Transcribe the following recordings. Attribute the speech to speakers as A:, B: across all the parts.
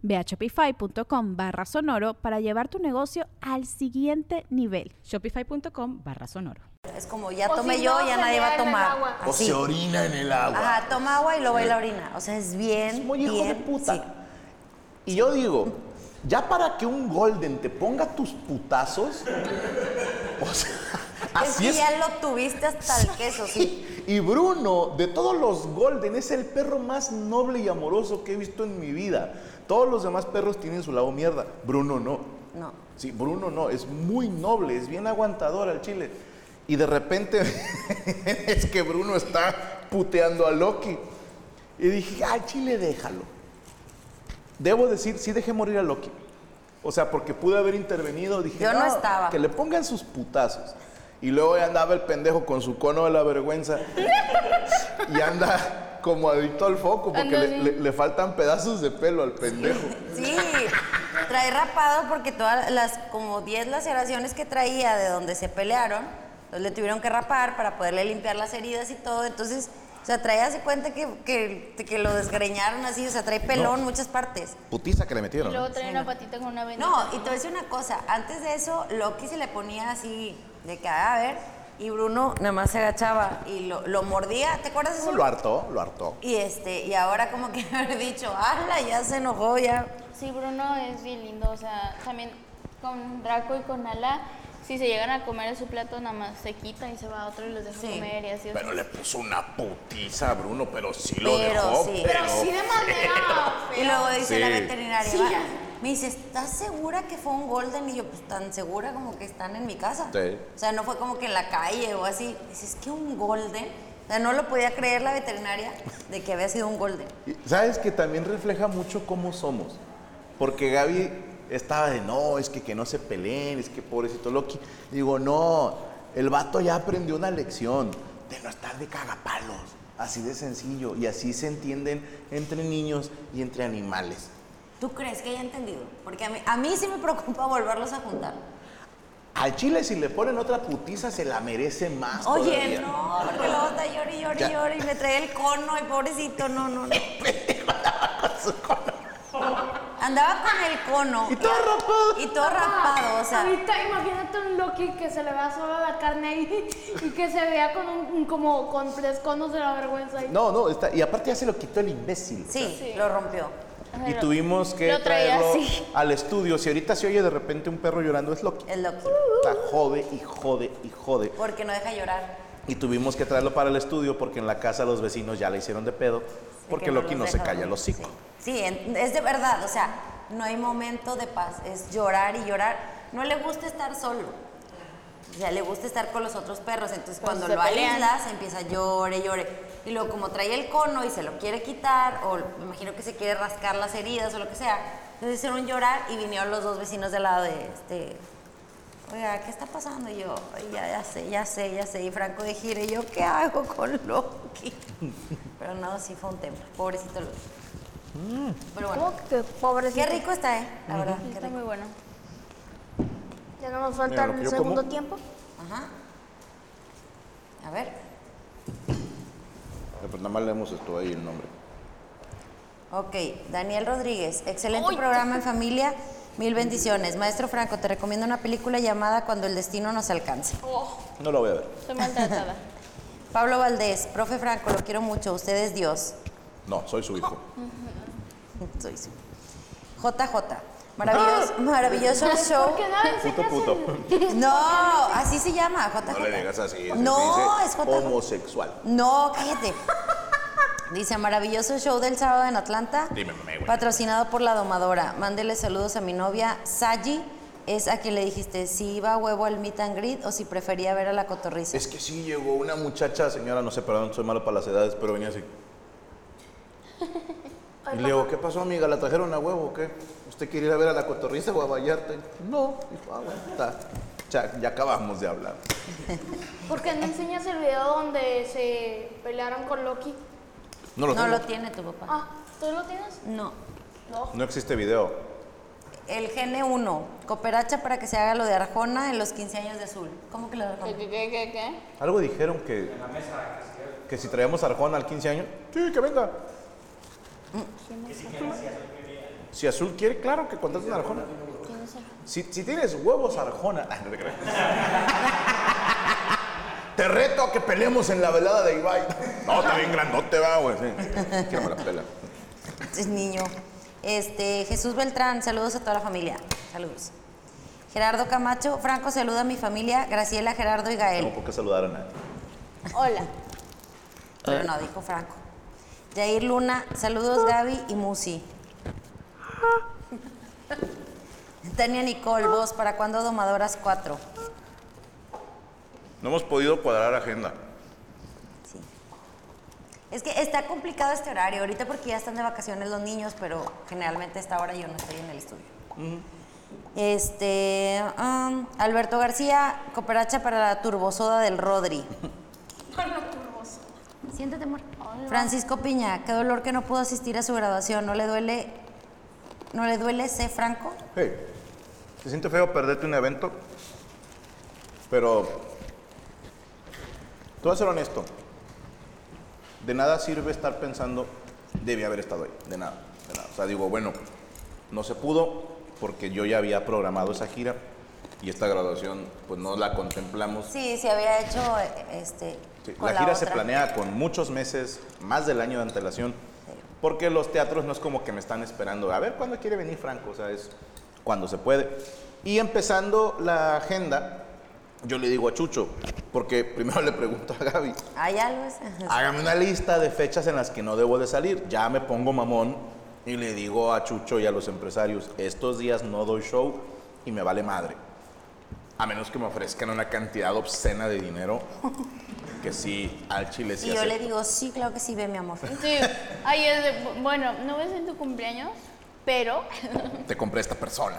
A: Ve a shopify.com barra sonoro para llevar tu negocio al siguiente nivel.
B: Shopify.com barra sonoro.
C: Es como ya
D: O
C: tomé
D: si
C: yo,
D: no,
C: ya
D: se
C: nadie
D: le
C: va a
D: da en el
C: tomar.
D: agua.
E: O
C: Así.
E: se orina en el agua.
C: Ajá, toma agua y luego va y la orina. O sea, es bien.
E: Es muy hijo
C: bien,
E: de puta.
C: sí.
E: Y yo digo, ya para que un Golden te ponga tus putazos, o sea, así
C: es
E: es.
C: que ya lo tuviste hasta el queso, sí.
E: Y Bruno, de todos los Golden, es el perro más noble y amoroso que he visto en mi vida. Todos los demás perros tienen su lado mierda. Bruno no.
C: No.
E: Sí, Bruno no, es muy noble, es bien aguantador al chile. Y de repente es que Bruno está puteando a Loki. Y dije, ah, chile, déjalo. Debo decir, sí dejé morir a Loki. O sea, porque pude haber intervenido, dije,
C: Yo no estaba".
E: que le pongan sus putazos. Y luego ya andaba el pendejo con su cono de la vergüenza. y anda como adicto al foco, porque
D: Anda
E: le-
D: así.
E: le- le faltan pedazos de pelo al pendejo.
C: Sí. Trae rapado porque todas las como 10 laceraciones que traía de donde se pelearon, entonces le tuvieron que rapar para poderle limpiar las heridas y todo. Entonces, o sea, trae así cuenta que, que, que lo desgreñaron así, o sea, trae pelón en muchas partes.
E: Putiza que le
D: Y
E: metieron. ¿no?
D: luego trae una patita con una venda.
C: No, y te voy a decir una cosa, antes de eso Loki se le ponía así de que "Ah, a ver y Bruno nada más se agachaba y lo, lo mordía, ¿te acuerdas de eso?
E: Lo hartó, lo hartó.
C: Y este, y ahora como que haber dicho, ala, ya se enojó, ya.
D: Sí, Bruno es bien lindo. O sea, también con Draco y con Ala, si se llegan a comer su plato, nada más se quitan y se va a otro y los deja
C: Sí.
D: comer y así. o sea.
E: Pero le puso una putiza a Bruno, pero sí lo
C: Pero
E: dejó.
C: sí.
D: Pero sí de manera
C: Y
D: fea.
C: luego dice
E: Sí.
C: la veterinaria,
D: Sí,
C: "Va".
D: ya.
C: me dice, ¿estás segura que fue un golden? Y yo, pues tan segura como que están en mi casa.
E: Sí.
C: O sea, no fue como que en la calle o así. Dice, es que un golden. O sea, no lo podía creer la veterinaria de que había sido un golden.
E: Y Sabes que también refleja mucho cómo somos. Porque Gaby estaba de no, es que, que no se peleen, es que pobrecito Loki. Digo, no, el vato ya aprendió una lección de no estar de cagapalos. Así de sencillo. Y así se entienden entre niños y entre animales.
C: ¿Tú crees que haya entendido? Porque a mí, a mí sí me preocupa volverlos a juntar.
E: Al chile, si le ponen otra putiza, se la merece más.
C: Oye,
E: Pues todavía.
C: no, porque luego está llori, llori,
E: Ya.
C: llori, y me trae el cono, y pobrecito, no, no, no. Andaba con el cono.
E: Y todo rapado.
C: Y todo rapado, o sea.
D: Ahorita imagínate un Loki que se le va solo la carne ahí y que se vea con un, como con tres conos de la vergüenza ahí.
E: No, no, está, y aparte ya se lo quitó el imbécil. o
C: Sí,
D: Sí.
C: lo rompió.
E: Y tuvimos que
D: lo traía
E: traerlo
D: así.
E: al estudio. Si ahorita se oye de repente un perro llorando, es Loki.
C: El Loki.
E: Está jode y jode y jode.
C: Porque no deja llorar.
E: Y tuvimos que traerlo para el estudio porque en la casa los vecinos ya le hicieron de pedo. Porque
C: que
E: Loki
C: los
E: no se
C: deja
E: calla el
C: dormir,
E: hocico.
C: Sí, Sí, en- es de verdad, o sea, no hay momento de paz, es llorar y llorar. No le gusta estar solo. O sea, le gusta estar con los otros perros, entonces cuando
D: se
C: lo
D: pelean.
C: aíslas empieza a llore, llore. Y luego como trae el cono y se lo quiere quitar, o me imagino que se quiere rascar las heridas o lo que sea, entonces hicieron llorar y vinieron los dos vecinos del lado de este... Oiga, ¿qué está pasando? Y yo, "Ay, ya, ya sé, ya sé, ya sé. Y Franco de gira, y yo, ¿qué hago con Loki? Pero no, sí fue un tema. Pobrecito Loki. Pero bueno,
F: ¿Cómo que pobrecito?
C: qué rico está, ¿eh? La verdad, qué
D: Está
C: rico.
D: muy bueno.
F: Ya no nos
E: Mira,
F: falta
E: lo que
F: el
E: yo
F: segundo
E: como.
F: tiempo.
C: Ajá. A ver.
E: Pero Eh, pues nada más leemos esto ahí el nombre.
C: Ok, Daniel Rodríguez, excelente programa en familia, mil bendiciones. Maestro Franco, te recomiendo una película llamada Cuando el destino nos alcance.
D: Oh.
E: No lo voy a ver.
D: Estoy maltratada.
C: Pablo Valdés, profe Franco, lo quiero mucho, usted es Dios.
E: No, soy su hijo.
C: Soy su- JJ, Maravilloso, maravilloso show.
D: Porque nada, se
E: Puto,
D: casan.
E: puto.
C: No, así se llama, JJ.
E: No le digas así. eso se
C: No,
E: dice
C: es JJ.
E: homosexual.
C: No, cállate. Dice, maravilloso show del sábado en Atlanta.
E: Dime, mame, güey.
C: Patrocinado por La Domadora. Mándele saludos a mi novia, Sayi. Es a quien le dijiste si iba a huevo al meet and greet o si prefería ver a la cotorriza.
E: Es que sí llegó una muchacha, señora, no sé, perdón, soy malo para las edades, pero venía así. Y le digo, ¿qué pasó, amiga? ¿La trajeron a huevo o qué? ¿Usted quiere ir a ver a la cotorriza o a Vallarta? No. Dijo, ah, bueno, está. Ya, ya acabamos de hablar.
F: ¿Por qué no enseñas el video donde se pelearon con Loki?
E: No lo
C: No
E: tengo.
C: lo tiene tu papá.
D: Ah, ¿tú lo tienes?
C: No.
E: No existe video.
C: El GN1, cooperacha para que se haga lo de Arjona en los 15 años de azul. ¿Cómo que lo de
D: ¿Qué,
C: Arjona?
D: qué, qué, qué, qué?
E: Algo dijeron que... que si traíamos a Arjona al 15 años, sí, que venga.
C: Mm,
E: Si Azul quiere, claro que contraten a Arjona. Si, si tienes huevos, Arjona. Ah, no te creas. Te reto a que peleemos en la velada de Ibai. No, está bien grandote, va, güey. Sí. Que me la pela.
C: Es niño. Este, Jesús Beltrán, saludos a toda la familia. Saludos. Gerardo Camacho, Franco saluda a mi familia, Graciela, Gerardo y
E: No,
C: Gael.
E: porque saludar a nadie.
D: Hola.
C: Pero no, dijo Franco. Jair Luna, saludos Gaby y Musi. Tania Nicole, vos, ¿para cuándo Domadoras 4?
E: No hemos podido cuadrar agenda.
C: Sí. Es que está complicado este horario, ahorita porque ya están de vacaciones los niños, pero generalmente a esta hora yo no estoy en el estudio. Este, am, Alberto García, cooperacha para la turbosoda del Rodri. Siéntate, amor. Francisco Piña, qué dolor que no pudo asistir a su graduación. ¿No le duele, no le duele C. Franco?
E: Hey, se siente feo perderte un evento, pero te voy a ser honesto. De nada sirve estar pensando, debí haber estado ahí. De nada, de nada. O sea, digo, bueno, no se pudo porque yo ya había programado esa gira y esta graduación, pues no la contemplamos.
C: Sí, se había hecho eh, este.
E: Sí,
C: con
E: La gira se
C: otra.
E: planea con muchos meses, más del año de antelación, porque los teatros no es como que me están esperando a ver cuándo quiere venir Franco, o sea, es cuando se puede. Y empezando la agenda, yo le digo a Chucho, porque primero le pregunto a Gaby,
C: ¿Hay algo? ese?
E: hágame una lista de fechas en las que no debo de salir. Ya me pongo mamón y le digo a Chucho y a los empresarios, estos días no doy show y me vale madre. A menos que me ofrezcan una cantidad obscena de dinero, que sí, al chile sí
C: Y yo
E: acepto.
C: le digo, sí, claro que sí, ve mi amor.
D: Sí, ahí es de, bu- bueno, no voy a ser tu cumpleaños, pero
E: Te compré esta persona.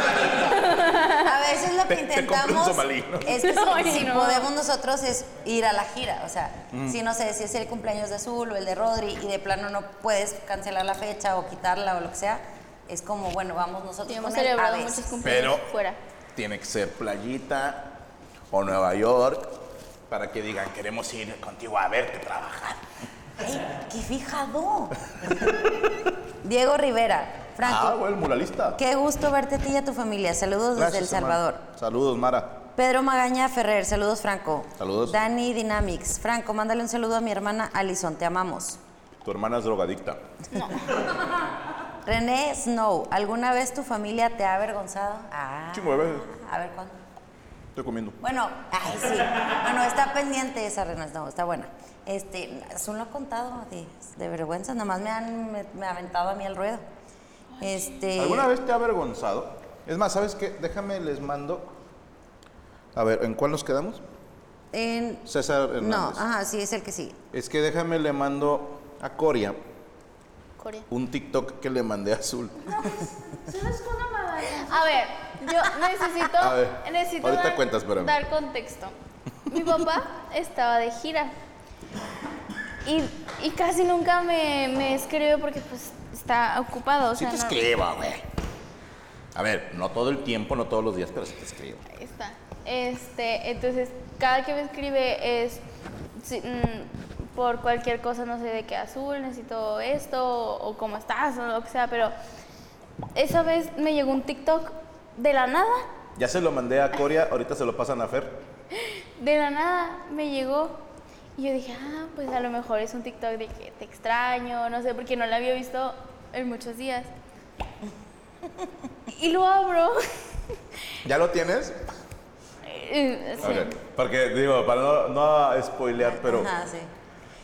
C: A veces lo que
E: Te- te compré un
C: intentamos
E: somalí, ¿no?
C: es que si,
D: Ay,
C: si
D: no.
C: podemos nosotros es ir a la gira, o sea,
E: Mm.
C: si no sé si es el cumpleaños de Azul o el de Rodri y de plano no puedes cancelar la fecha o quitarla o lo que sea, es como bueno, vamos nosotros
D: sí, hemos
C: con él a
D: celebrado muchos
C: veces.
D: cumpleaños
E: Pero
D: fuera.
E: tiene que ser playita o Nueva York para que digan, queremos ir contigo a verte trabajar.
C: ¡Ey, qué fijado! Diego Rivera,
E: Ah,
C: Franco,
E: güey, el muralista.
C: qué gusto verte a ti y a tu familia. Saludos desde El
E: Gracias, Omar.
C: Salvador.
E: Saludos, Mara.
C: Pedro Magaña Ferrer, saludos Franco.
E: Saludos.
C: Dani Dynamics, Franco, mándale un saludo a mi hermana Alison, te amamos.
E: Tu hermana es drogadicta.
C: René Snow, ¿alguna vez tu familia te ha avergonzado? Ah.
E: Chingo de veces.
C: A ver cuándo.
E: Estoy comiendo.
C: Bueno, ay, sí. Bueno, está pendiente esa René Snow, está buena. Este, Zoom lo ha contado de, de vergüenza, nada más me han me, me aventado a mí al ruedo. Este.
E: ¿Alguna vez te ha avergonzado? Es más, ¿sabes qué? Déjame, les mando. A ver, ¿en cuál nos quedamos?
C: en-
E: César Hernández.
C: no,
D: ah.
C: ajá, sí, es el que sí.
E: Es que déjame, le mando a Coria
D: Corea.
E: un TikTok que le mandé a Azul.
D: A ver, yo necesito,
E: A ver,
D: necesito
E: ahorita
D: dar,
E: cuentas, espérame.
D: dar contexto. Mi papá estaba de gira y, y casi nunca me, me escribe porque pues está ocupado. O
E: Sí
D: sea,
E: te
D: no-
E: escriba, güey. A ver, no todo el tiempo, no todos los días, pero sí te escribo.
D: Ahí está. Este, entonces, cada que me escribe es si- mm, por cualquier cosa, no sé de qué azul, necesito esto, o, o cómo estás, o lo que sea, pero esa vez me llegó un TikTok de la nada,
E: Ya se lo mandé a Coria, ahorita se lo pasan a Fer.
D: de la nada me llegó. Y yo dije, ah, pues a lo mejor es un TikTok de que te extraño, no sé, porque no la había visto en muchos días. Y lo abro.
E: ¿Ya lo tienes?
D: Eh, sí.
E: Ok, Porque, digo, para no, no spoilear, Ah, pero
C: Ajá, sí.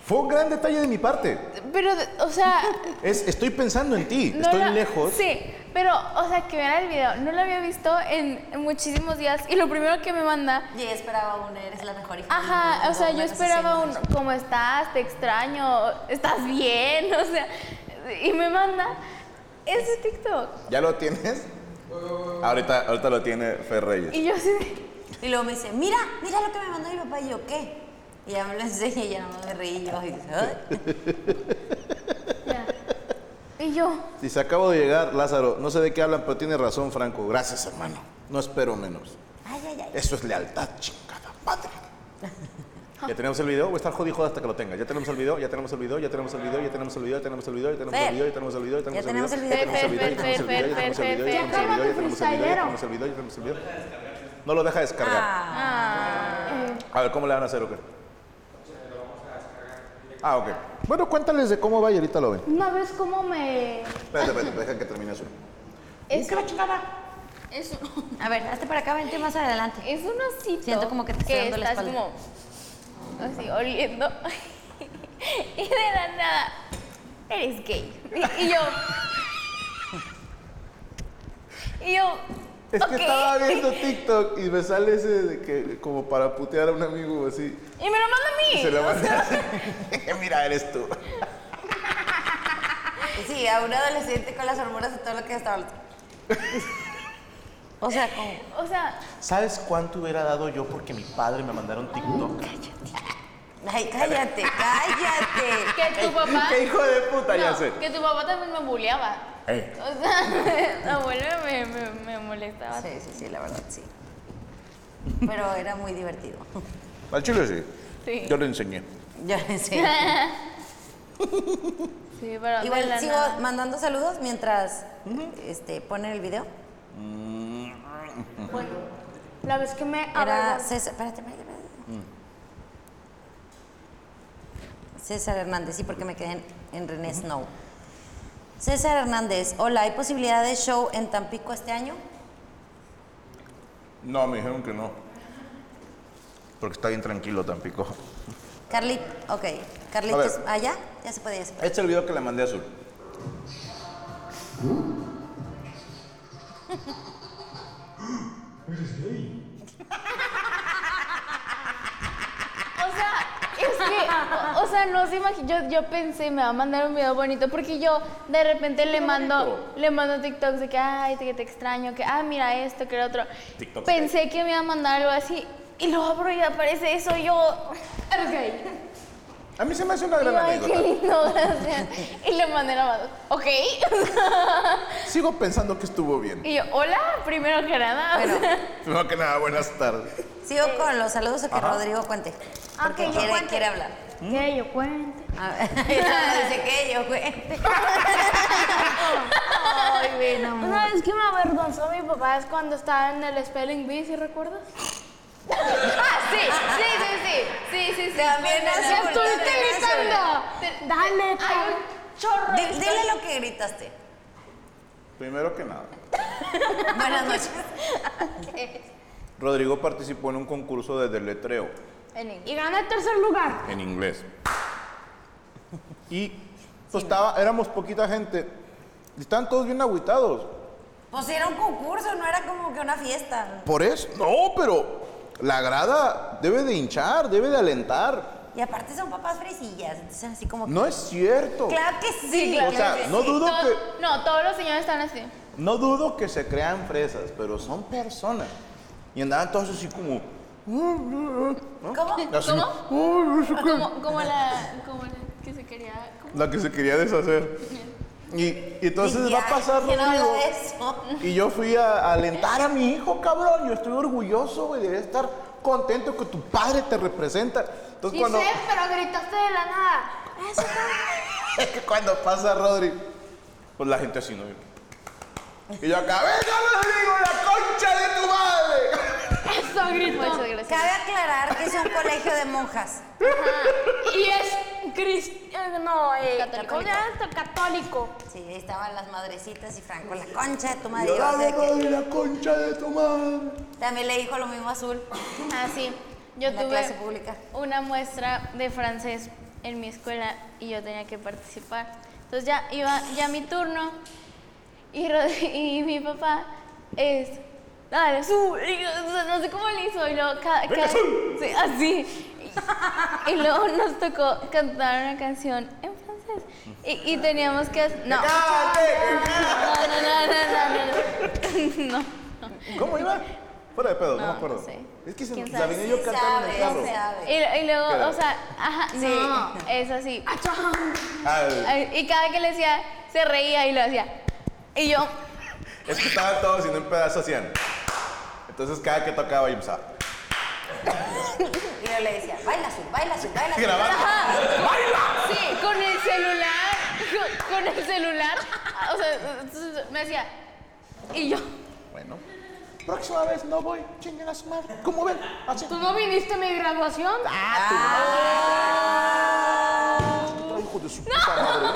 E: fue un gran detalle de mi parte.
D: Pero, o sea,
E: Es, estoy pensando en ti,
D: no
E: estoy
D: la-
E: lejos.
D: Sí, pero, o sea, que vean el video. No lo había visto en en muchísimos días y lo primero que me manda
C: Y esperaba un eres la mejor hija. del
D: Ajá,
C: mundo,
D: o sea, yo
C: una cosa así,
D: esperaba
C: ¿no?
D: un, ¿cómo estás? Te extraño, ¿estás bien? O sea, y me manda ese TikTok.
E: ¿Ya lo tienes? Ahorita, ahorita lo tiene Fer Reyes.
D: Y yo así, de-
C: Y luego me dice, mira, mira lo que me mandó mi papá. Y yo, ¿qué? Y ya me lo enseña y ya no me reí. yo, y, "Ay".
D: y yo,
E: Si se acabo de llegar, Lázaro, no sé de qué hablan, pero tiene razón, Franco. Gracias, hermano. No espero menos.
C: ay, ay, ay.
E: Eso es lealtad, chingada madre. ¿Ya tenemos el video? Voy a estar jodido hasta que lo tenga. Ya tenemos el video, ya tenemos el video, ya tenemos el video, ya tenemos el video, ya tenemos el video, ya tenemos el
C: Fer.
E: video, ya tenemos el video, ya
C: Ya
E: tenemos el video, ya
C: tenemos
E: tenemos
C: el
E: el video, ya
D: video.
E: tenemos el video, ya tenemos el video, ya
F: Fer, Fer,
E: tenemos el video, ya
F: Fer,
E: tenemos
F: Fer,
E: el video, ya
F: Fer.
E: tenemos el video, ya tenemos el video. No lo deja descargar.
C: Ah,
E: A ver, ¿cómo le van a hacer o qué? Ah, ok. Bueno, cuéntales de cómo va y ahorita lo ven.
F: Una vez como me...
E: Espérate, espérate, deja que termine eso.
D: es,
C: es un- A ver, hazte para acá, vente más adelante.
D: es un osito.
C: Siento como que te estoy dando la
D: estás
C: espalda.
D: como así, oliendo. y de la nada, eres gay. Y, y yo, y yo,
E: Es que
D: "Ok".
E: estaba viendo TikTok y me sale ese de que como para putear a un amigo así.
D: Y me lo manda a mí.
E: Y se
D: o
E: lo
D: sea,
E: mandé así. Mira, eres tú.
C: Sí, a un adolescente con las hormonas y todo lo que está hablando. O sea, como.
D: O sea,
E: ¿Sabes cuánto hubiera dado yo porque mi padre me mandaron TikTok?
C: Ay, cállate, cállate.
D: que tu papá.
E: ¡Qué hijo de puta! Ya
D: No,
E: sé.
D: Que tu papá también me bulleaba.
E: Ey.
D: O sea, mi abuela me, me, me molestaba.
C: Sí, sí, sí, la verdad, sí. Pero era muy divertido.
E: Al chile sí.
D: Sí.
E: Yo le enseñé.
C: Yo le enseño.
D: Sí, pero de
C: Igual
D: la
C: sigo
D: nada.
C: mandando saludos mientras este, ponen el video.
F: La vez que me...
C: Era
F: avergon-
C: César. Espérate, espérate, espérate.
F: Mm.
C: César Hernández, sí, porque me quedé en, en René Snow. César Hernández, hola, ¿hay posibilidad de show en Tampico este año?
E: No, me dijeron que no. Porque está bien tranquilo Tampico.
C: Carlit, ok.
E: A ver.
C: Carlitos, ¿allá? Ya se puede, ya se puede.
E: Este es el video que le mandé a Azul.
D: O sea, es que, o, o sea, no se imagina. Yo, yo pensé, me va a mandar un video bonito. Porque yo de repente le mando, le mando TikToks de que, ay, que te extraño, que, ah, mira esto, que lo otro.
E: TikToks.
D: Pensé que me iba a mandar algo así. Y lo abro y aparece eso. y Yo, eres gay.
E: A mí se me hace una
D: Y yo,
E: gran
D: Ay, qué
E: anécdota.
D: lindo, gracias. Y le mandé la mano. ¿Ok?
E: Sigo pensando que estuvo bien.
D: Y yo, hola, primero que nada. o
C: Bueno,
D: sea,
E: No, que nada, buenas tardes.
C: sigo con los saludos a que
E: Ajá. ¿Mm?
C: Rodrigo cuente.
F: Ah,
C: Porque
F: que yo
C: quiere,
F: cuente.
C: quiere hablar.
F: Que yo cuente.
C: A ver, dice que yo cuente.
F: Ay, Una vez que me avergonzó mi papá es cuando estaba en el Spelling Bee, ¿sí recuerdas?
D: ah, sí, sí, sí, sí, sí, sí, sí.
C: También
D: Bueno,
C: es
D: ya
C: un-
D: estoy
C: también es un-
D: utilizando.
F: Dale,
D: Hay
F: cabrón.
D: un chorro. de
C: Di-
D: historias.
C: Dile lo que gritaste.
E: Primero que nada,
C: Buenas noches.
E: Rodrigo participó en un concurso de deletreo
D: En inglés.
F: Y gané el tercer lugar.
E: en inglés. Y pues estaba, éramos poquita gente. Y estaban todos bien agüitados.
C: Pues era un concurso, no era como que una fiesta.
E: Por eso. No, pero la grada debe de hinchar, debe de alentar.
C: Y aparte son papás fresillas, entonces así como que...
E: No es cierto.
C: Claro que sí.
D: Sí, claro
E: O sea,
C: que sí.
E: no dudo
D: Todo-
E: que.
D: No, todos los señores están así.
E: No dudo que se crean fresas, pero son personas. Y andaban todos así como. ¿no?
C: ¿Cómo?
E: Así,
D: ¿Cómo?
E: "Oh, no sé qué".
D: Como, como la. Como la que se quería. como-
E: La que se quería deshacer. Y, y entonces
C: Dije,
E: va a
C: "Ay,
E: pasar
C: que no hablo
E: Rodrigo.
C: de eso.
E: Y yo fui a, a alentar a mi hijo, cabrón. Yo estoy orgulloso, güey. Debería estar contento que tu padre te representa. Entonces
F: Sí
E: cuando.
F: sé, pero gritaste de la nada. Eso
E: Es que cuando pasa Rodri, pues la gente así no. Y yo acá, venga Rodrigo, la concha de tu madre.
F: Eso grito.
D: Muchas gracias.
C: Cabe aclarar que es un colegio de monjas.
F: Y es Cris- eh, no, eh,
D: Católico.
F: ¿cómo se llama esto? Católico.
C: Sí, ahí estaban las madrecitas y Franco, la concha de tu
E: Y
C: madre.
E: ahora
C: o sea
E: hablo
C: que
E: de la concha de tu madre.
C: también le dijo lo mismo a Azul
D: Ah, sí. Yo
C: en la
D: tuve
C: clase pública.
D: una muestra de francés en mi escuela y yo tenía que participar. Entonces ya iba ya mi turno y, Ro- y mi papá es dale azul y yo, o sea, no sé cómo le hizo y luego cada, cada- sí, así y, y luego nos tocó cantar una canción en francés y, y teníamos que hac- no no no no no no, no, no.
E: ¿Cómo iba? Fuera de pedo, no,
D: No,
E: me acuerdo.
D: no sé.
E: Es que se
D: ¿Quién
E: la
D: sabe?
C: Sí
E: venía yo cantando en el
C: sabe,
E: carro.
C: sí
D: Y,
C: sabe.
D: y luego,
E: Claro.
D: o sea, ajá,
C: Sí. Ah,
D: no, es así.
E: Ay,
D: Ay, Y cada que le decía, se reía y lo hacía. Y yo,
E: es que estaban todos haciendo un pedazo hacían. Entonces cada que tocaba yo empezaba.
C: Y yo le decía, baila Azul, baila Azul, baila
E: Y
C: Azul.
E: grabando.
D: ¡ah! sí, con el celular, con, con el celular. O sea, entonces me decía, y yo,
E: Bueno.
G: Próxima vez no voy, chinguen a su madre. ¿Cómo ven? Así.
F: ¿Tú no viniste a mi graduación?
C: Ah,
G: Otro hijo de su puta madre.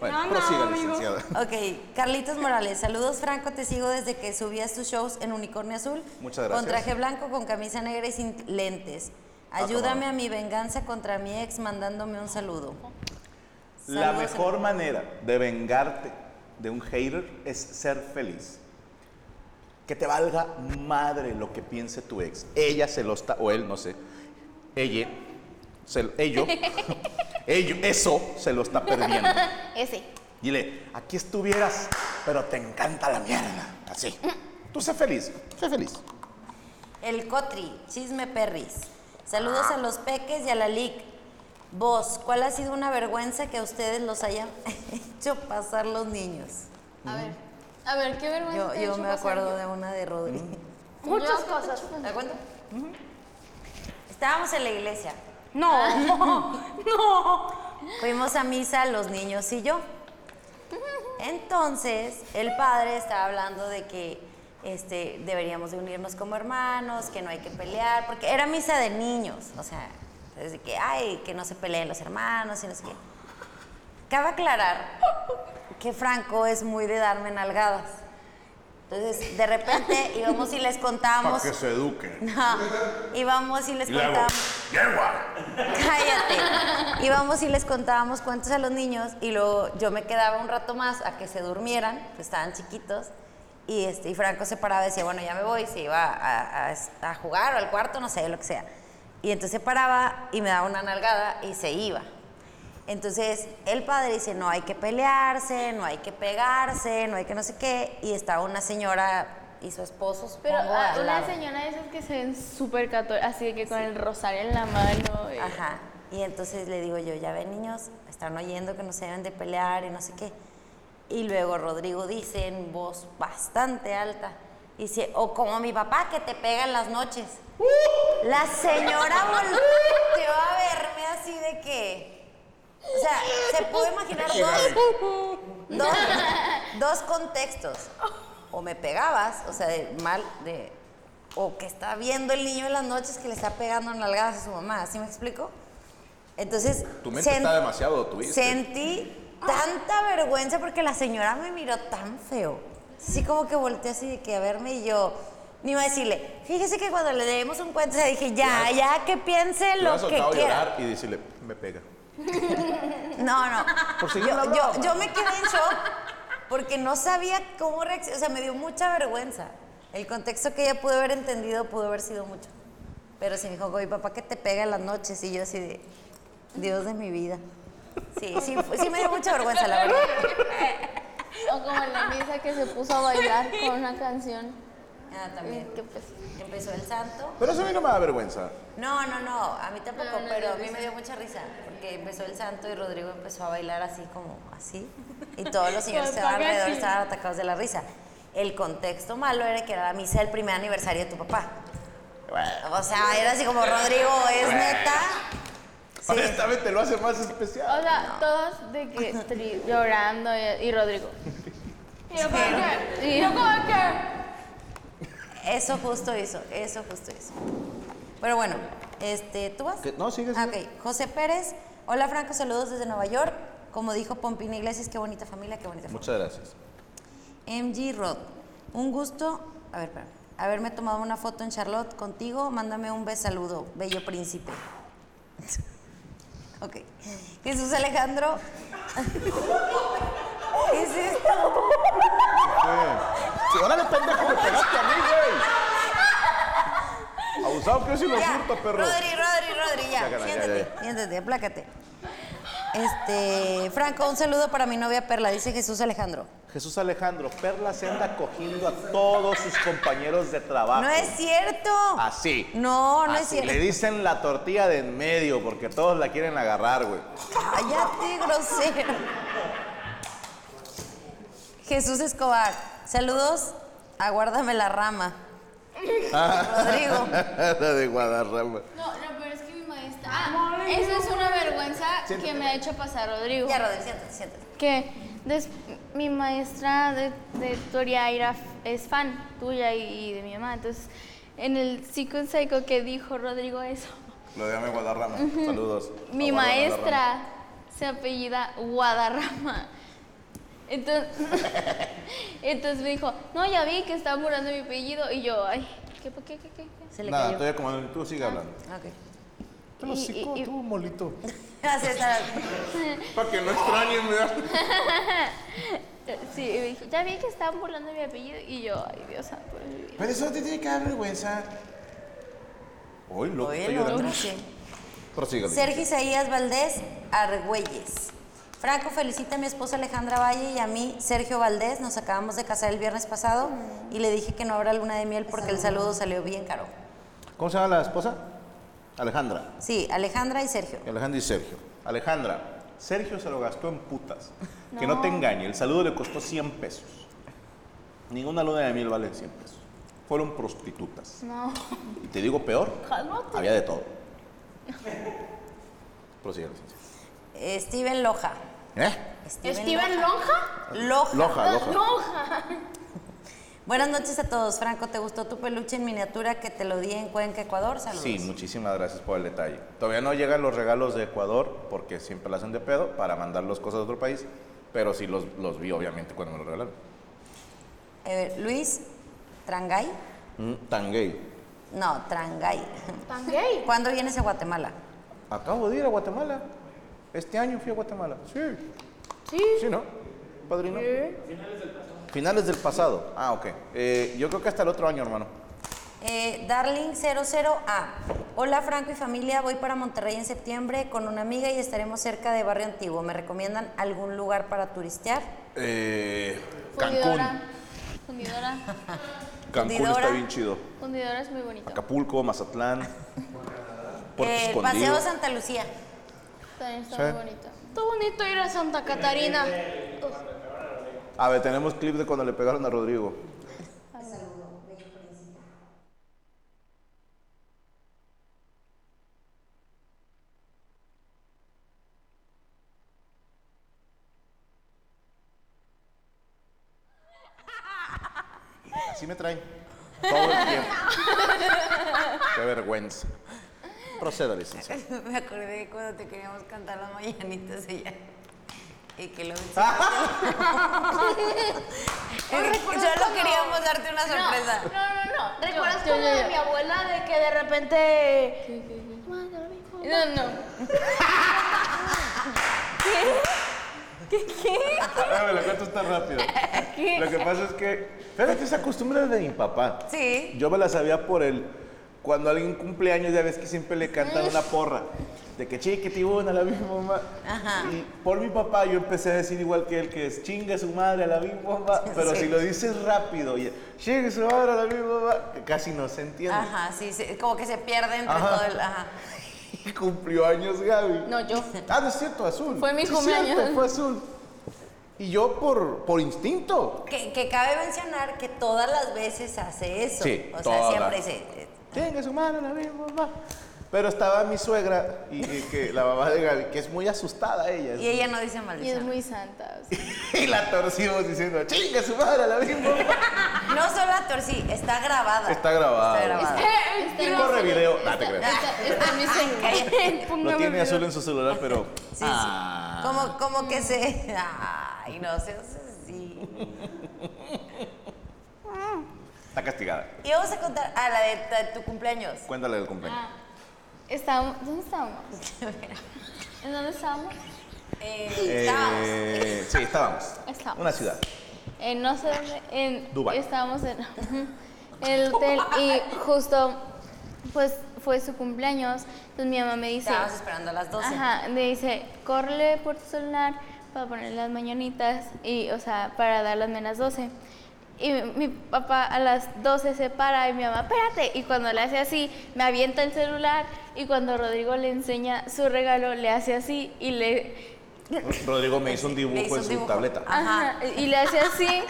E: Bueno,
F: No, no,
E: prosiga,
F: amigo.
E: licenciada.
C: Ok, Carlitos Morales, saludos Franco, te sigo desde que subías tus shows en Unicornio Azul.
E: Muchas gracias. Ah,
C: Con traje blanco, con camisa negra y sin lentes. Ayúdame a mi venganza contra mi ex mandándome un saludo.
E: La
C: Saludos,
E: mejor manera de vengarte de un hater es ser feliz. Que te valga madre lo que piense tu ex. Ella se lo está, o él, no sé. Ella, se, lo- ello, ello, eso se lo está perdiendo.
D: ese.
E: Dile, aquí estuvieras, pero te encanta la mierda. Así. Tú sé feliz, sé feliz.
C: El Cotri, Chisme Perris. Saludos a los peques y a la LIC. Vos, ¿cuál ha sido una vergüenza que a ustedes los hayan hecho pasar los niños?
D: A ver, a ver, qué vergüenza.
C: Yo,
D: te he
C: yo
D: hecho
C: me
D: pasar
C: acuerdo
D: yo?
C: de una de Rodri.
F: Muchas cosas.
C: ¿Te das cuenta? Estábamos en la iglesia.
F: No, no.
C: Fuimos a misa los niños y yo. Entonces, el padre estaba hablando de que este, deberíamos de unirnos como hermanos, que no hay que pelear, porque era misa de niños, o sea, desde que, ay, que no se peleen los hermanos y no sé qué. Cabe aclarar que Franco es muy de darme nalgadas. Entonces, de repente íbamos y les contábamos,
E: se eduque.
C: íbamos y les
E: Y luego,
C: contábamos.
E: yegua.
C: Cállate. Íbamos y les contábamos cuentos a los niños y luego yo me quedaba un rato más a que se durmieran, pues estaban chiquitos. Y, este, y Franco se paraba y decía, bueno, ya me voy, se iba a, a- a jugar o al cuarto, no sé, lo que sea. Y entonces se paraba y me daba una nalgada y se iba. Entonces el padre dice, no hay que pelearse, no hay que pegarse, no hay que no sé qué. Y estaba una señora y su esposo,
D: Pero
C: supongo,
D: ah,
C: al
D: una
C: lado.
D: señora de esas que se ven súper católicas, así de que con el rosario en la mano. y-
C: Ajá. Y entonces le digo yo, ya ven niños, están oyendo que no se deben de pelear y no sé qué. Y luego Rodrigo dice en voz bastante alta, dice, o como mi papá que te pega en las noches. La señora volteó a verme así de que... O sea, se pudo imaginar dos, dos, dos contextos. O me pegabas, o sea, de mal, de... O que está viendo el niño en las noches que le está pegando nalgadas a su mamá, ¿sí me explico? Entonces...
E: Tu mente
C: sen-
E: está demasiado tuviste.
C: Sentí tanta vergüenza porque la señora me miró tan feo. Así como que volteé así de que a verme y yo... Ni iba a decirle, fíjese que cuando le leemos un cuento, se dije, ya, ya, que piense
E: Te
C: lo
E: hubieras
C: que
E: soltado a
C: quiera.
E: llorar y decirle, me pega.
C: No, no. yo,
E: Por seguir la broma.
C: yo- yo me quedé en shock porque no sabía cómo reaccionar. O sea, me dio mucha vergüenza. El contexto que ella pudo haber entendido pudo haber sido mucho. Pero se me dijo, güey, papá, que te pega en las noches. Y yo así de, Dios de mi vida. Sí, sí, fu- sí me dio mucha vergüenza, pues, la verdad.
D: O como en la misa que se puso a bailar con una canción.
C: Ah,
D: Y
C: también.
D: que pues,
C: Empezó el santo.
E: Pero eso a mí no me da vergüenza.
C: No, no, no, a mí tampoco,
D: No, no,
C: pero
D: no,
C: a mí
D: no.
C: me dio mucha risa, porque empezó el santo y Rodrigo empezó a bailar así como así, y todos los señores que
D: Pues
C: estaban alrededor estaban atacados de la risa. El contexto malo era que era la misa del primer aniversario de tu papá. O sea, era así como, Rodrigo, ¿es neta? Sí.
E: Honestamente lo hace más especial.
D: o sea, todos de que tri- llorando y- y Rodrigo.
F: Y yo como que,
D: Y-
F: y yo como que,
C: Eso justo hizo, eso justo hizo. Pero bueno, Este, ¿Tú vas?
E: Que- no, sigue,
C: Ah,
E: sigue.
C: ok. José Pérez. Hola, Franco. Saludos desde Nueva York. Como dijo Pompina Iglesias, qué bonita familia, qué bonita familia.
E: Muchas gracias.
C: MG Rod. Un gusto. A ver, espérame. Haberme tomado una foto en Charlotte contigo. Mándame un besaludo, bello príncipe. ok. Jesús Alejandro. ¿Qué es este, esto?
E: Sí, órale, pendejo, me pegaste a mí, güey. Abusado que si lo
C: Ya,
E: hurto, perro.
C: Rodri, Rodri, Rodri, ya.
E: Ya, ya, ya,
C: siéntate,
E: ya.
C: siéntate, aplácate. Este, Franco, un saludo para mi novia Perla, dice Jesús Alejandro.
E: Jesús Alejandro, Perla se anda cogiendo a todos sus compañeros de trabajo.
C: No es cierto.
E: Así.
C: No, no es
E: Así.
C: cierto.
E: Le dicen la tortilla de en medio porque todos la quieren agarrar, güey.
C: Cállate, grosero. Jesús Escobar, saludos. Aguárdame la rama. Rodrigo.
E: la de Guadarrama.
D: No, lo peor es que mi maestra. Ah, esa es una vergüenza que me ha hecho pasar Rodrigo.
C: Ya, Rodrigo, siéntate, siéntate.
D: Que des- mi maestra de, de Toria era, f- es fan tuya y, y de mi mamá. Entonces, en el Psycho and Psycho que dijo Rodrigo eso,
E: Lo de Ame Guadarrama. Saludos.
D: mi
E: A Guadarrama.
D: maestra se apellida Guadarrama. Entonces, entonces me dijo, no, ya vi que está murando mi apellido. Y yo, ay, ¿qué, qué, qué, qué? qué?
C: Se le
E: Nada,
C: cayó.
E: todavía como tú sigue hablando.
C: Ok.
G: Te lo
D: Y-
G: hocico,
D: y- y-
G: tú, molito.
C: Gracias, Sara.
E: Para que no extrañen, ¿verdad?
D: eh, Sí, y me dijo, ya vi que estaban burlando mi apellido. Y yo, ay, Dios santo. de mi vida".
E: Pero eso no te tiene que dar vergüenza. Hoy loco,
C: Oye,
E: estoy
C: lo
E: llorando.
C: otro sí.
E: Prosígale.
C: Sergio Isaías Valdés Argüelles. Franco felicita a mi esposa Alejandra Valle y a mí, Sergio Valdés. Nos acabamos de casar el viernes pasado y le dije que no habrá luna de miel porque el saludo salió bien caro.
E: ¿Cómo se llama la esposa? Alejandra.
C: Sí, Alejandra y Sergio.
E: Alejandra y Sergio. Alejandra, Sergio se lo gastó en putas. Que no te engañe, el saludo le costó 100 pesos. Ninguna luna de miel vale 100 pesos. Fueron prostitutas.
D: No.
E: Y te digo peor,
D: Cálmate.
E: había de todo. Prosigue, licencia.
C: Eh, Steven Loja.
E: ¿Eh?
F: ¿Steven Lonja?
C: Loja.
E: Loja, loja.
F: Lonja.
C: Buenas noches a todos. Franco, ¿te gustó tu peluche en miniatura que te lo di en Cuenca, Ecuador? Saludos.
E: Sí, muchísimas gracias por el detalle. Todavía no llegan los regalos de Ecuador porque siempre la hacen de pedo para mandar las cosas a otro país, pero sí los, los vi obviamente cuando me los regalaron.
C: A ver, Eh, Luis Trangay.
E: Mm, tan gay.
C: No, Trangay.
F: ¿Tan gay?
C: ¿Cuándo vienes a Guatemala?
E: Acabo de ir a Guatemala. Este año fui a Guatemala. Sí.
F: Sí.
E: Sí, ¿no? Padrino. Finales del pasado. Ah, ok. Eh, yo creo que hasta el otro año, hermano.
C: Eh, Darling00A. Hola Franco y familia, voy para Monterrey en septiembre con una amiga y estaremos cerca de Barrio Antiguo. ¿Me recomiendan algún lugar para turistear?
E: Eh,
D: Fundidora. Fundidora.
E: Cancún está
C: Fundidora.
E: bien chido.
D: Fundidora es muy bonito.
E: Acapulco, Mazatlán. Puerto
C: Eh,
E: Escondido.
C: Paseo Santa Lucía.
D: También está
E: Sí.
D: muy bonito.
F: Está bonito ir a Santa Catarina.
E: A ver, tenemos clip de cuando le pegaron a Rodrigo. Así me traen. Todo el tiempo. Qué vergüenza. Proceda, licencia.
C: Me acordé de cuando te queríamos cantar las mañanitas allá. Y que lo
E: Ah.
C: Solo queríamos darte una sorpresa.
F: No, no, no. ¿Recuerdas
D: Yo,
F: como
D: yo,
F: de
D: yo.
F: mi abuela de que de repente...
D: No, no.
E: me lo cuento tan rápido. Lo que pasa es que. Fíjate esa costumbre de mi papá.
C: Sí.
E: Yo me la sabía por él. Cuando alguien cumple años, ya ves que siempre le cantan una porra. De que chiquitibuna, la misma mamá. Y por mi papá yo empecé a decir igual que él, que es chinga su madre a la misma mamá. Pero si lo dices rápido, y chinga su madre a la misma mamá, que casi no se entiende.
C: Ajá, sí, sí, como que se pierde entre
E: Ajá.
C: todo el. Ajá.
E: Y cumplió años Gaby.
D: No, yo.
E: Ah, no es cierto, azul.
D: Fue mi
E: Sí es cierto,
D: cumpleaños.
E: fue azul. Y yo por, por instinto.
C: Que, que cabe mencionar que todas las veces hace eso.
E: Sí,
C: o sea,
E: todas.
C: siempre se.
E: Chinga su madre a la misma mamá. Pero estaba mi suegra, y, y que la mamá de Gaby, que es muy asustada ella. es
C: Y ella no dice
D: Y es
C: maldición.
D: muy santa. o sea.
E: Y la torcimos diciendo, chinga su madre, a la misma.
C: No solo la torcí, está grabada.
E: Está grabada.
C: Está grabada.
D: Está
E: ¿Quién corre video? Ah, te creas.
D: Está en mi celular.
E: Lo
D: Póngame
E: tiene
D: video.
E: azul en su celular, pero.
C: Sí,
E: ah,
C: sí. Como, como que se. Ay, no seas así.
E: Está castigada.
C: Y vamos a contar. Ah, la de, la de tu cumpleaños.
E: Cuéntale del cumpleaños.
D: Estábamos- ¿Dónde estábamos? ¿En dónde estábamos?
C: Eh,
E: Eh,
C: estábamos.
E: sí, estábamos.
D: Estábamos.
E: Una ciudad.
D: En no sé dónde, en
E: Dubái.
D: estábamos en el hotel y justo pues fue su cumpleaños, entonces mi mamá me dice,
C: Estábamos esperando a las 12.
D: ajá, me dice, córrele por tu celular para poner las mañanitas y o sea, para dar las menos 12. Y mi papá a las 12 se para y mi mamá, espérate. Y cuando le hace así, me avienta el celular. Y cuando Rodrigo le enseña su regalo, le hace así y le,
E: Rodrigo me hizo un
C: Le
E: dibujo
C: hizo
E: en
C: un
E: su
C: dibujo. Ah,
E: tableta.
C: Ajá.
D: Ajá. Y le hacía así.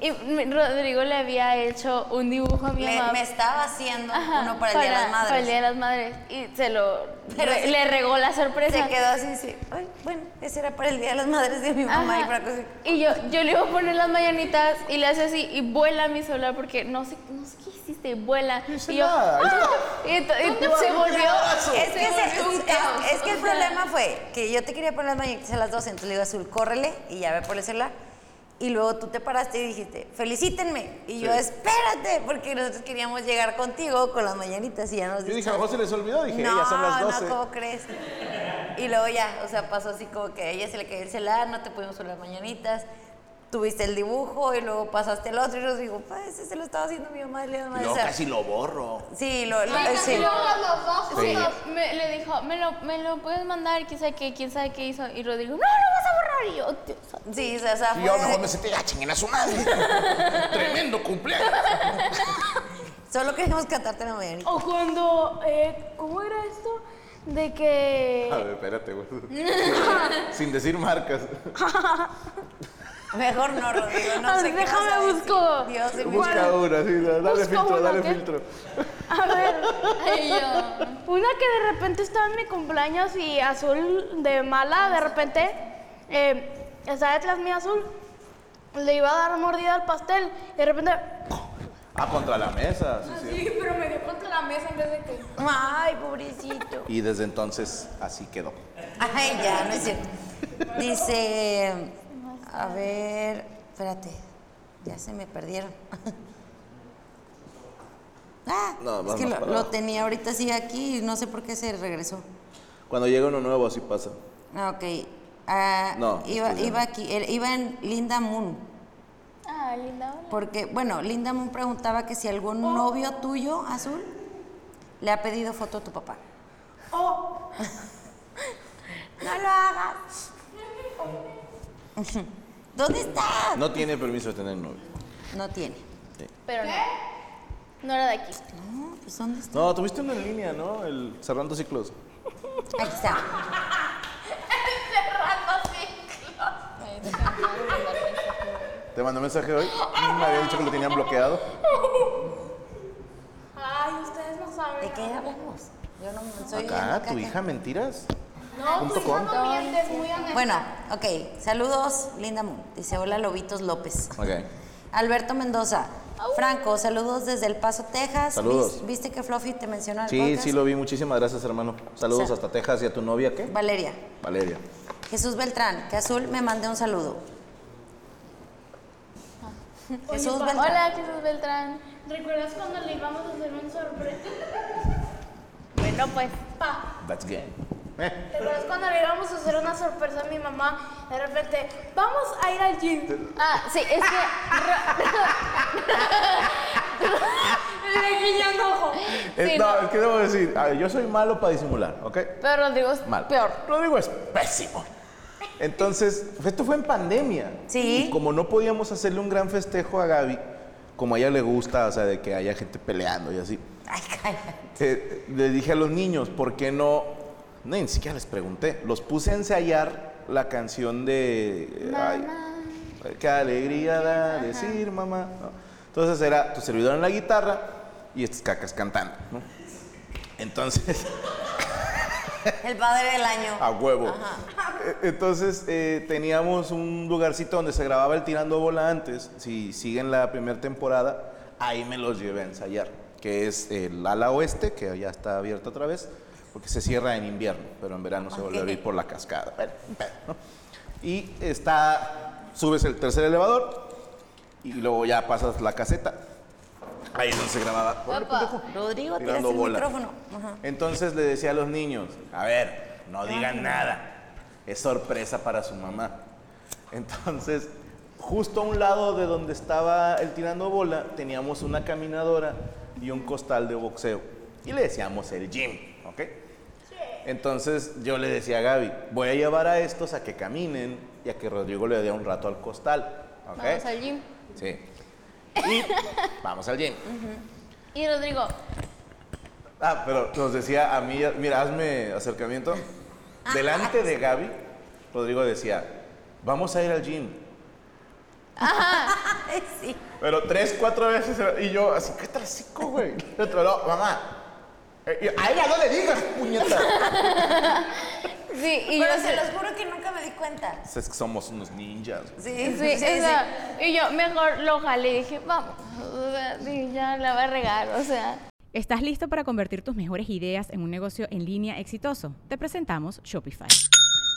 D: Y me- Rodrigo le había hecho un dibujo a mi
C: Le-
D: mamá.
C: me estaba haciendo
D: Ajá,
C: uno para el Día de las Madres.
D: para el Día de las Madres. Y se lo.
C: Pero
D: re-
C: sí.
D: le regó la sorpresa.
C: Se quedó así, así. Ay, bueno, ese era para el Día de las Madres de mi mamá
D: Ajá.
C: y para cosas.
D: Y yo, yo le iba a poner las mañanitas y le hace así y vuela mi celular porque no sé, no sé qué hiciste, y vuela. y yo, ¡ah! y, ento- y se volvió.
C: Es que,
D: se
C: ese-
D: volvió un
C: es-
D: caos,
C: es que
D: o
C: el
D: sea.
C: problema fue que yo te quería poner las mañanitas a las 12, entonces le digo, Azul, córrele y ya ve por el celular. Y luego tú te paraste y dijiste, felicítenme. Y yo,
E: Sí.
C: espérate, porque nosotros queríamos llegar contigo con las mañanitas y ya nos
E: Yo dije,
C: diste-
E: a lo mejor se les olvidó. Dije,
C: no,
E: ya son las 12.
C: no, ¿cómo crees? Y luego ya, o sea, pasó así como que a ella se le cayó el celular, no te pudimos con las mañanitas, tuviste el dibujo y luego pasaste el otro y yo digo, pues ese se lo estaba haciendo mi mamá, le
E: Y
C: mamá.
E: luego
C: o sea,
E: casi lo borro.
C: Sí, lo, lo- sí.
D: Sí, me- le dijo, me lo, me lo puedes mandar, quién sabe qué, quién sabe qué hizo. Y Rodrigo, no, no vas a borrar. Y yo, "Oh, "Dios santo".
C: Sí, o sea, o sea,
G: Y
C: fue
G: yo a lo mejor
C: de-
G: me senté, ah, chinguen a su madre. Tremendo cumpleaños.
C: solo queríamos cantarte la mañanita.
F: O cuando, eh, ¿cómo era esto? De
E: A
F: que...
E: ver, espérate, güey. Sin decir marcas.
C: Mejor no, Rodrigo, no
F: A
C: sé
F: ver,
C: qué
F: déjame
C: vas a decir.
F: busco.
C: Dios de mi
E: Busca una, sí, dale
F: Busca
E: filtro,
F: una,
E: dale
F: ¿qué?
E: filtro.
F: A ver,
D: Y yo,
F: una que de repente estaba en mi cumpleaños y Azul de mala, de repente, eh, estaba detrás mío Azul, le iba a dar mordida al pastel y de repente...
E: Ah, contra la mesa, sí, sí.
F: pero me dio contra la mesa en vez de que...
C: Ay, pobrecito.
E: Y desde entonces así quedó.
C: Ay, ya, no es cierto. Dice, a ver, espérate, ya se me perdieron. Ah,
E: No,
C: es
E: más
C: que
E: más
C: lo,
E: para
C: lo
E: abajo.
C: tenía ahorita sí aquí y no sé por qué se regresó.
E: Cuando llega uno nuevo así pasa.
C: Ah, ok. Ah,
E: No,
C: iba,
E: después ya
C: iba
E: no.
C: aquí, era- iba en Linda Moon.
D: ah, linda, hola.
C: Porque, bueno, Linda Moon preguntaba que si algún novio tuyo, Azul, le ha pedido foto a tu papá. ¡Oh! ¡No lo hagas! ¿Dónde está?
E: No tiene permiso de tener novio.
C: No tiene.
D: Pero no. No era de aquí.
C: No, pues ¿dónde está?
E: No, tuviste uno en línea, ¿no? El cerrando ciclos.
C: Aquí está.
E: Te mandó mensaje hoy. Me había dicho que lo tenían bloqueado.
F: Ay, ustedes no saben.
C: ¿De qué hablamos? Yo no me- soy
E: Acá,
C: bien
E: tu
C: loca
E: hija, mentiras.
F: No, pues,
E: Punto com.
F: no miente, es muy honesta.
C: Bueno, ok. Saludos, Linda Moon. Dice, hola, Lobitos López.
E: Ok.
C: Alberto Mendoza. Franco, saludos desde El Paso, Texas.
E: Saludos.
C: Vis- ¿Viste que Fluffy te mencionó en el
E: Sí,
C: podcast?
E: sí lo vi. Muchísimas gracias, hermano. Saludos
C: Sa-
E: hasta Texas y a tu novia, ¿qué?
C: Valeria.
E: Valeria.
C: Jesús Beltrán, que Azul me mande un saludo. Jesús Beltrán.
D: Hola, Jesús Beltrán.
F: ¿Recuerdas cuando le íbamos a hacer un sorpresa?
D: Bueno, pues.
F: Pa,
E: That's good. Eh,
F: ¿recuerdas cuando le íbamos a hacer una sorpresa a mi mamá? De repente, vamos a ir al gym.
D: Ah, sí, es
F: Le guiñó un ojo.
E: eh,
D: Sí,
E: no, es que debo decir, a ver, yo soy malo para disimular, ¿ok?
D: que. Pero Rodrigo es
E: Mal.
D: peor.
E: Lo digo es pésimo. Entonces, esto fue en pandemia.
C: Sí.
E: Y como no podíamos hacerle un gran festejo a Gaby, como a ella le gusta, o sea, de que haya gente peleando y así,
C: Ay, cállate.
E: eh, le dije a los niños, ¿por qué no? No, ni siquiera les pregunté. Los puse a ensayar la canción de... ay, qué alegría da decir, mamá. ¿no? Entonces era tu servidor en la guitarra y estas cacas cantando, ¿no? Entonces...
C: El padre del año.
E: A huevo. E- Entonces eh, teníamos un lugarcito donde se grababa el tirando bola antes. Si siguen la primera temporada, ahí me los llevé a ensayar. que es el ala oeste, que ya está abierta otra vez, porque se cierra en invierno, pero en verano se vuelve a abrir por la cascada. Bueno, un pedo, ¿no? Y está, subes el tercer elevador y luego ya pasas la caseta. Ahí es donde se grababa. pues, Órale, pendejo.
C: Rodrigo, tiras
E: Tirando
C: el
E: bola.
C: micrófono. Ajá.
E: Entonces le decía a los niños, a ver, no digan nada. Es sorpresa para su mamá. Entonces, justo a un lado de donde estaba el tirando bola, teníamos una caminadora y un costal de boxeo. Y le decíamos el gym, ¿ok? Entonces yo le decía a Gaby, voy a llevar a estos a que caminen y a que Rodrigo le dé un rato al costal, ¿ok?
D: Vamos al gym.
E: Sí. Y vamos al gym.
D: Y Rodrigo,
E: Ah, pero nos decía a mí, mira, hazme acercamiento. Delante de Gaby, Rodrigo decía, vamos a ir al gym.
C: Ay, sí.
E: Pero tres, cuatro veces, y yo así, ¿qué trasico, güey? Y otro, no, mamá. Eh, y- A ella no le digas, puñeta.
D: sí, y
C: Pero
D: yo
C: se los juro que nunca me di cuenta.
E: Pues Es que somos unos ninjas.
C: Sí,
D: Sí,
C: sí,
D: o
C: sí.
D: sea, Y yo mejor lo jalé y dije, vamos, o sea, dije, ya la va a regar, o sea.
B: ¿Estás listo para convertir tus mejores ideas en un negocio en línea exitoso? Te presentamos Shopify.